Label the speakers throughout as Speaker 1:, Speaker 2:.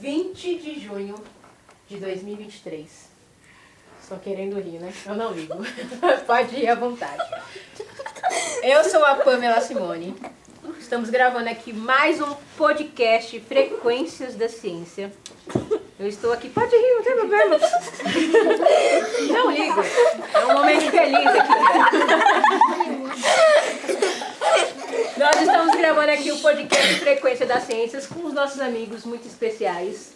Speaker 1: 20 de junho de 2023. Só querendo rir, né? Eu não ligo. Pode ir à vontade. Eu sou a Pamela Simone. Estamos gravando aqui mais um podcast Frequências da Ciência. Eu estou aqui. Pode rir, não tem problema. Não ligo. É um momento feliz aqui. Nós estamos gravando aqui o podcast Frequência das Ciências com os nossos amigos muito especiais.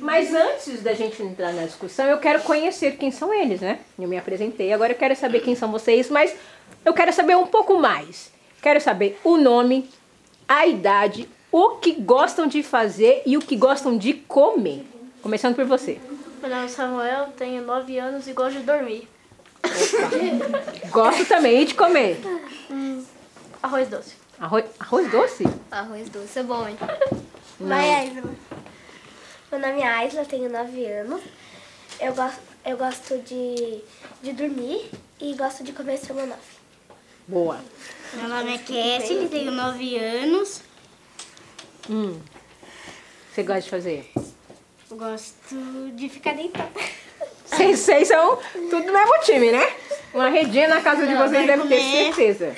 Speaker 1: Mas antes da gente entrar na discussão, eu quero conhecer quem são eles, né? Eu me apresentei, agora eu quero saber quem são vocês, mas eu quero saber um pouco mais. Quero saber o nome, a idade, o que gostam de fazer e o que gostam de comer. Começando por você.
Speaker 2: Meu nome é Samuel, tenho 9 anos e gosto de dormir.
Speaker 1: Gosto também de comer.
Speaker 2: Arroz doce.
Speaker 1: Arroz, arroz doce?
Speaker 3: Arroz doce é bom, hein?
Speaker 4: Vai, Aisla. Meu nome é Aisla, tenho 9 anos. Eu gosto, eu gosto de, de dormir e gosto de comer estrogonofe.
Speaker 1: Boa.
Speaker 3: Meu nome é Cassie, tenho 9 anos.
Speaker 1: Hum. Você gosta de fazer?
Speaker 3: Gosto de ficar deitada.
Speaker 1: Vocês vocês são tudo do mesmo time, né? Uma redinha na casa de
Speaker 3: Não,
Speaker 1: vocês
Speaker 3: vai
Speaker 1: deve ter
Speaker 3: comer.
Speaker 1: certeza.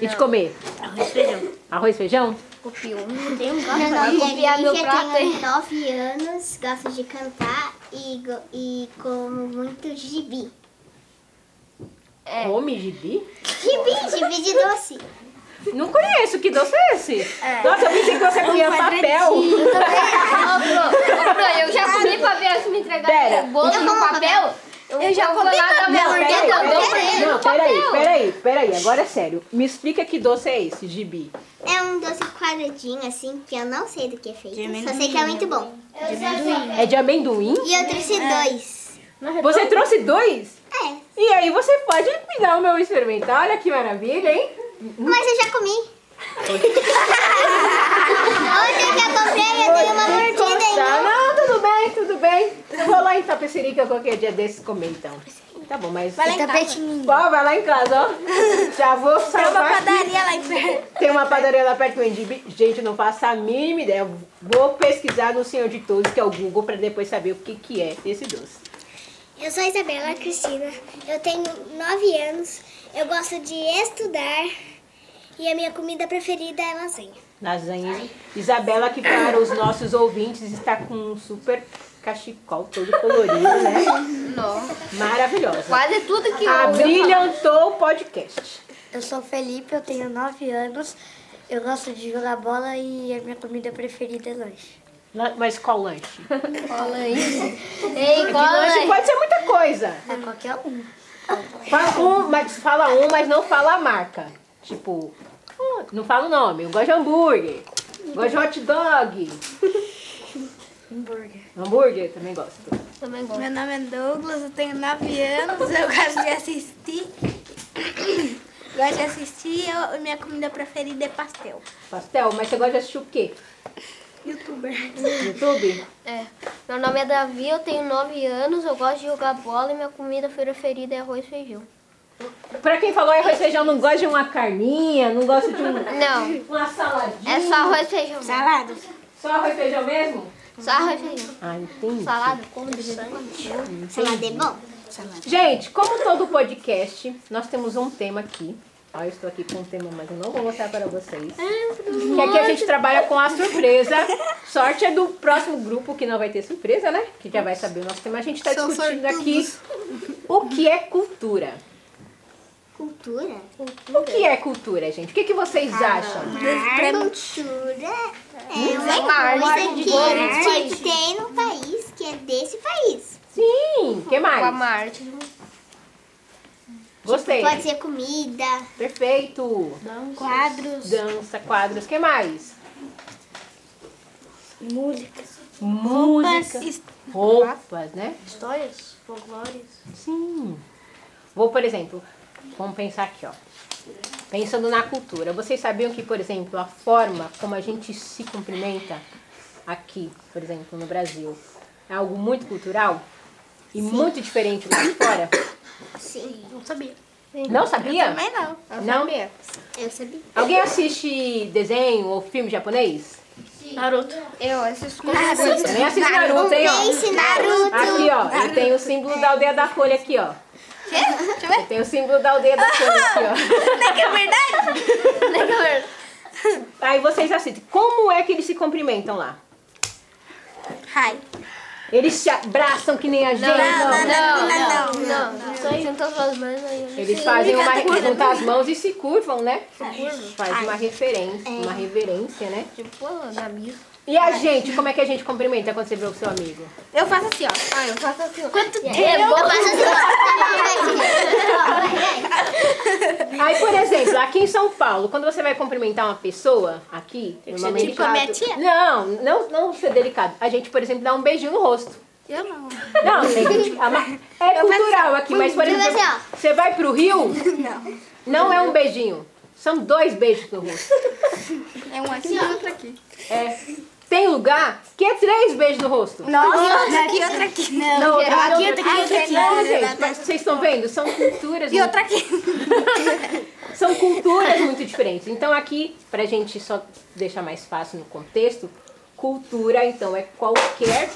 Speaker 1: E de comer?
Speaker 3: Arroz e feijão.
Speaker 1: Arroz, feijão?
Speaker 3: Copio. Não
Speaker 2: um
Speaker 3: tenho gosto.
Speaker 4: Meu nome é
Speaker 3: copiar meu prato,
Speaker 4: tenho 9 anos, gosto de cantar e, e como muito gibi.
Speaker 1: Come gibi?
Speaker 4: Gibi, gibi de doce.
Speaker 1: Não conheço, que doce é Um esse? Nossa, eu pensei que você comia papel.
Speaker 5: Ô, Fran, eu já comi papel, se me
Speaker 1: Pera.
Speaker 5: entregar um bolo no papel, eu já vou lá dar minha
Speaker 1: Não, peraí,
Speaker 5: mordida, dou pra
Speaker 1: peraí.
Speaker 5: ele
Speaker 1: Não,
Speaker 5: no papel.
Speaker 1: peraí, peraí, peraí, agora é sério. Me explica que doce é esse, gibi.
Speaker 4: É um doce quadradinho assim, que eu não sei do que é feito,
Speaker 3: De
Speaker 4: só sei que é muito bom.
Speaker 1: É de amendoim?
Speaker 4: E eu trouxe dois.
Speaker 1: Você trouxe dois?
Speaker 4: É,
Speaker 1: E aí você pode me dar o meu experimentar? Olha que maravilha, hein?
Speaker 4: mas eu já comi. Hoje eu já comprei, eu tenho uma mordida
Speaker 1: Tá,
Speaker 4: ainda.
Speaker 1: não, tudo bem, tudo bem. Eu vou lá em Tapecerica qualquer dia desse comer, então. Tá bom, mas... Vai
Speaker 4: Tapete
Speaker 1: Ó, vai lá em casa, ó. Já vou salvar. Tem uma padaria lá em perto. Tem uma padaria lá perto do Endibe. Gente, eu não faço a mínima ideia. Eu Vou pesquisar no Senhor de Todos, que é o Google, pra depois saber o que, que é esse doce.
Speaker 4: Eu sou a Isabela Cristina, eu tenho 9 anos, eu gosto de estudar e a minha comida preferida é lasanha.
Speaker 1: Lasanha. Isabela, que para os nossos ouvintes, está com um super cachecol todo colorido, né?
Speaker 5: Não,
Speaker 1: Maravilhosa.
Speaker 5: quase tudo que eu...
Speaker 1: Abrilhantou o podcast.
Speaker 2: Eu sou o Felipe, eu tenho 9 anos. Eu gosto de jogar bola e a minha comida preferida é lanche.
Speaker 1: La- Mas qual lanche?
Speaker 5: Cola aí. Ei, cola
Speaker 1: Lanche
Speaker 5: aí.
Speaker 1: pode ser muita coisa.
Speaker 2: É qualquer um.
Speaker 1: Fala um, mas fala um, mas não fala a marca. Tipo, hum, não fala o nome. Eu gosto de hambúrguer. eu Gosto de hot dog.
Speaker 2: Hambúrguer.
Speaker 1: Hambúrguer também gosto.
Speaker 5: Também gosto.
Speaker 3: Meu nome é Douglas, eu tenho 9 anos, eu gosto de assistir. Gosto de assistir eu, minha comida preferida é pastel.
Speaker 1: Pastel, mas você gosta de assistir o quê?
Speaker 3: Youtuber.
Speaker 1: YouTube?
Speaker 5: É. Meu nome é Davi, eu tenho 9 anos, eu gosto de jogar bola e minha comida preferida é arroz e feijão.
Speaker 1: Pra quem falou arroz e feijão, não gosta de uma carninha, não gosta de um-
Speaker 5: Não,
Speaker 1: uma saladinha.
Speaker 5: é só arroz e feijão. mesmo.
Speaker 3: Salado.
Speaker 1: Só arroz e feijão mesmo?
Speaker 5: Só arroz e feijão.
Speaker 1: Ah, entendi.
Speaker 5: Salada, como de vez em quando.
Speaker 4: Salada é bom?
Speaker 1: Gente, como todo podcast, nós temos um tema aqui. Ó, eu estou aqui com um tema, mas eu não vou mostrar para vocês. Que aqui a gente trabalha com a surpresa. Sorte é do próximo grupo que não vai ter surpresa, né? Que já vai saber o nosso tema. A gente está
Speaker 3: São
Speaker 1: discutindo aqui o que é cultura.
Speaker 4: Cultura?
Speaker 1: O que é cultura, gente? O que, que vocês acham?
Speaker 4: Ah, Cultura
Speaker 2: Hum?
Speaker 4: é uma
Speaker 5: Carne.
Speaker 4: coisa
Speaker 2: né?
Speaker 4: que, que tem no país, que é desse país.
Speaker 1: Sim, o que
Speaker 5: Com a
Speaker 1: mais?
Speaker 5: Marte.
Speaker 1: Gostei.
Speaker 4: Tipo, Pode ser comida,
Speaker 1: Perfeito.
Speaker 3: Quadros.
Speaker 1: Dança, quadros, o que mais?
Speaker 3: Músicas.
Speaker 1: Música, roupas né?
Speaker 2: Histórias, folclores.
Speaker 1: Sim. Vou, por exemplo, vamos pensar aqui, ó. Pensando na cultura, vocês sabiam que, por exemplo, a forma como a gente se cumprimenta aqui, por exemplo, no Brasil, é algo muito cultural? E muito diferente lá de fora.
Speaker 4: Sim.
Speaker 3: Não sabia.
Speaker 1: Não sabia?
Speaker 3: Também É, não.
Speaker 1: Não?
Speaker 4: Eu sabia.
Speaker 1: Alguém assiste desenho ou filme japonês?
Speaker 3: Naruto.
Speaker 5: Eu assisto com
Speaker 3: Ah,
Speaker 1: Também assiste
Speaker 4: um
Speaker 1: Naruto, hein, ó.
Speaker 4: Naruto.
Speaker 1: Aqui, ó. Eu tenho o símbolo da aldeia da folha aqui, ó. Eu tenho o símbolo da aldeia da folha aqui,
Speaker 3: Que é verdade?
Speaker 1: ó. Aí vocês assistem. Como é que eles se cumprimentam lá?
Speaker 3: Hi.
Speaker 1: Eles se abraçam que nem a gente.
Speaker 3: Não, não, não, não,
Speaker 5: não,
Speaker 3: não.
Speaker 5: não. Só juntam suas mãos aí. né?
Speaker 1: Eles fazem uma juntam as mãos e se curvam, né? Faz uma referência, uma reverência, né?
Speaker 5: Tipo, na missa.
Speaker 1: E a gente, como é que a gente cumprimenta quando você vê o seu amigo?
Speaker 3: Eu faço assim, ó.
Speaker 5: Ah, eu faço assim. ó.
Speaker 4: Eu faço assim,
Speaker 1: Aí, por exemplo, aqui em São Paulo, quando você vai cumprimentar uma pessoa aqui, normalmente-
Speaker 3: tipo a minha tia?
Speaker 1: Não, não, não ser delicado. A gente, por exemplo, dá um beijinho no rosto.
Speaker 3: Eu não.
Speaker 1: Não, tem gente que ama- é cultural aqui, mas por
Speaker 4: Tipo
Speaker 1: exemplo,
Speaker 4: assim,
Speaker 1: você vai pro Rio? Não. Não é um beijinho. São dois beijos no rosto.
Speaker 3: É um aqui e outro aqui.
Speaker 1: É. Tem lugar que é três beijos no rosto.
Speaker 3: Nossa, aqui e outro aqui. Não.
Speaker 1: Não,
Speaker 3: aqui, é outra aqui, outra aqui.
Speaker 1: Não, gente, mas vocês estão vendo? São culturas.
Speaker 3: E
Speaker 1: muito-
Speaker 3: outra aqui.
Speaker 1: São culturas muito diferentes. Então, aqui, pra gente só deixar mais fácil no contexto, cultura, então, é qualquer.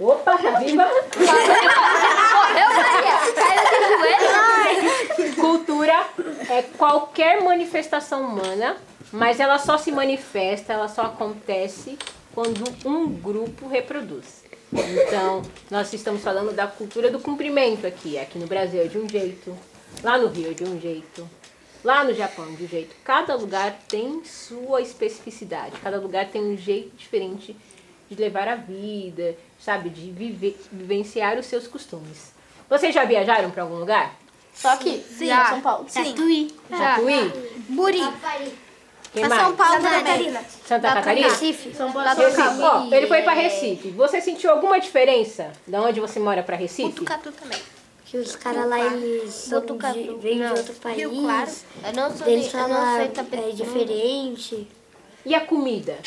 Speaker 1: Opa, tá viva?
Speaker 5: Eu faria. Caiu aqui no joelho.
Speaker 1: Cultura é qualquer manifestação humana, mas ela só se manifesta, ela só acontece quando um grupo reproduz. Então, nós estamos falando da cultura do cumprimento aqui. Aqui no Brasil é de um jeito, lá no Rio é de um jeito, lá no Japão é de um jeito. Cada lugar tem sua especificidade, cada lugar tem um jeito diferente de levar a vida, sabe? De viver, vivenciar os seus costumes. Vocês já viajaram para algum lugar?
Speaker 6: Só que Sim,
Speaker 5: Já.
Speaker 6: São Paulo.
Speaker 3: Tatuí.
Speaker 1: Tatuí?
Speaker 3: Buri.
Speaker 1: Quem
Speaker 3: Pra
Speaker 1: mais?
Speaker 3: São Paulo também.
Speaker 4: Catarina.
Speaker 1: Santa Catarina?
Speaker 5: Recife. São Paulo.
Speaker 1: Recife. Ó, ele foi pra Recife. Você sentiu alguma diferença da onde você mora pra Recife?
Speaker 3: Tucatu também.
Speaker 2: Que os caras lá, eles são de,
Speaker 5: Botucatu.
Speaker 2: vêm de
Speaker 5: Não.
Speaker 2: outro país.
Speaker 3: Rio Claro.
Speaker 5: Eu não sou,
Speaker 2: Eles
Speaker 5: de, eu não
Speaker 2: falam
Speaker 5: sou itapetuna.
Speaker 2: é diferente.
Speaker 1: E a comida?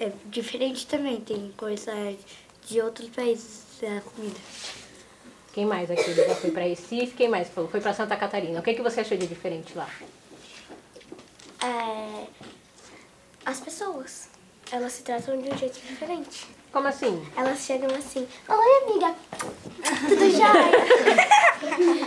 Speaker 2: É diferente também, tem coisa de outros países, a comida.
Speaker 1: Quem mais aqui? Ele já foi pra Recife. Quem mais falou? Foi pra Santa Catarina. O que, que você achou de diferente lá?
Speaker 4: É, as pessoas, elas se tratam de um jeito diferente.
Speaker 1: Como assim?
Speaker 4: Elas chegam assim, oi amiga, tudo jóia?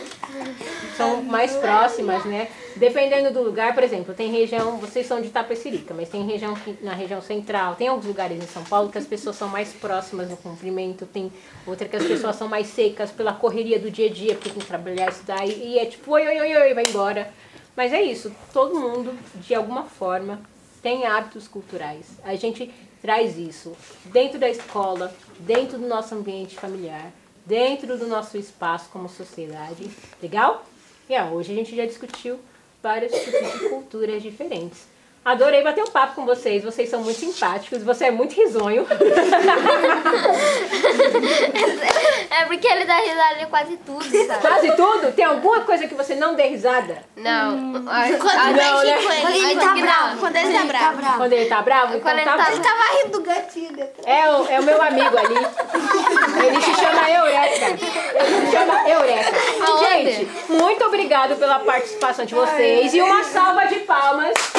Speaker 1: São mais próximas, né? Dependendo do lugar, por exemplo, tem região, vocês são de Tapecerica, mas tem região que- na região central, tem alguns lugares em São Paulo que as pessoas são mais próximas no cumprimento, tem outra que as pessoas são mais secas pela correria do dia a dia, porque tem que trabalhar, estudar, e, e é tipo, oi, oi, oi, oi, vai embora. Mas é isso, todo mundo, de alguma forma, tem hábitos culturais. A gente traz isso dentro da escola, dentro do nosso ambiente familiar, dentro do nosso espaço como sociedade. Legal? E ó, hoje a gente já discutiu vários tipos de culturas diferentes. Adorei bater um papo com vocês, vocês são muito simpáticos, você é muito risonho.
Speaker 5: É porque ele dá risada de quase tudo, sabe?
Speaker 1: Quase tudo, tem alguma coisa que você não dê risada?
Speaker 5: Não. a- a-
Speaker 1: Não, né?
Speaker 5: Quando ele
Speaker 3: Quando ele
Speaker 5: tá bravo.
Speaker 3: tá bravo.
Speaker 1: Quando ele tá bravo, então
Speaker 5: Quando ele
Speaker 1: tá
Speaker 5: tá
Speaker 1: bom.
Speaker 5: bravo.
Speaker 3: Tava rindo do gatinho. né?
Speaker 1: É o, é o meu amigo ali. Ele se chama Eureka. Ele se chama Eureka.
Speaker 5: Aonde?
Speaker 1: Gente, muito obrigado pela participação de vocês e uma salva de palmas